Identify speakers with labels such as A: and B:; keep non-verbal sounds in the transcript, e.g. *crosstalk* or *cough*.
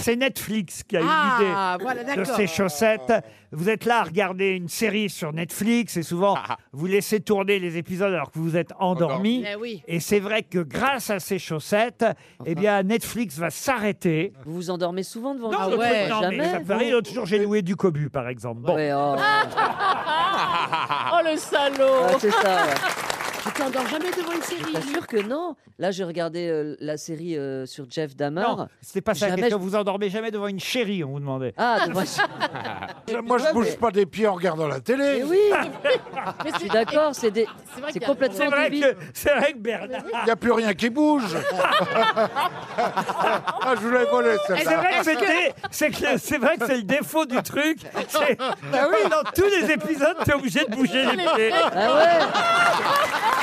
A: c'est Netflix qui a eu
B: Ah,
A: l'idée
B: voilà,
A: de
B: d'accord.
A: ces chaussettes. Vous êtes là à regarder une série sur Netflix et souvent vous laissez tourner les épisodes alors que vous êtes endormi.
B: Eh oui.
A: Et c'est vrai que grâce à ces chaussettes, eh bien Netflix va s'arrêter.
C: Vous vous endormez souvent devant
A: Non,
C: vous
A: l'autre-
B: ouais,
A: non, mais
C: Ah jamais.
A: ça peut arriver. L'autre jour, j'ai loué du cobu, par exemple. Bon,
C: Ouais, oh,
B: *laughs* Oh le salaud
C: ah, c'est ça. ouais.
B: Tu t'endors jamais devant une série,
C: Pas
B: Luc
C: sûr que non. Là, j'ai regardé euh, la série euh, sur Jeff Dahmer.
A: non, c'était pas ça la
C: Jamais
A: question.
C: je-
A: Vous endormez jamais devant une chérie, on vous demandait.
C: Ah, dommage.
D: Moi, je bouge pas des pieds en regardant la télé.
C: Mais oui, je suis d'accord, c'est des...
B: vrai
C: c'est
B: qu'il y a-
C: complètement
A: C'est vrai
C: débile.
A: que, c'est vrai que Bernard.
D: Il n'y a plus rien qui
C: *laughs*
D: bouge. ah, je vous l'avais volé,
A: C'est
D: celle-là.
A: vrai que c'était- c'est que- c'est vrai que c'est le défaut du truc. C'est- Dans tous les épisodes, t'es obligé de bouger les pieds.
C: Ah ouais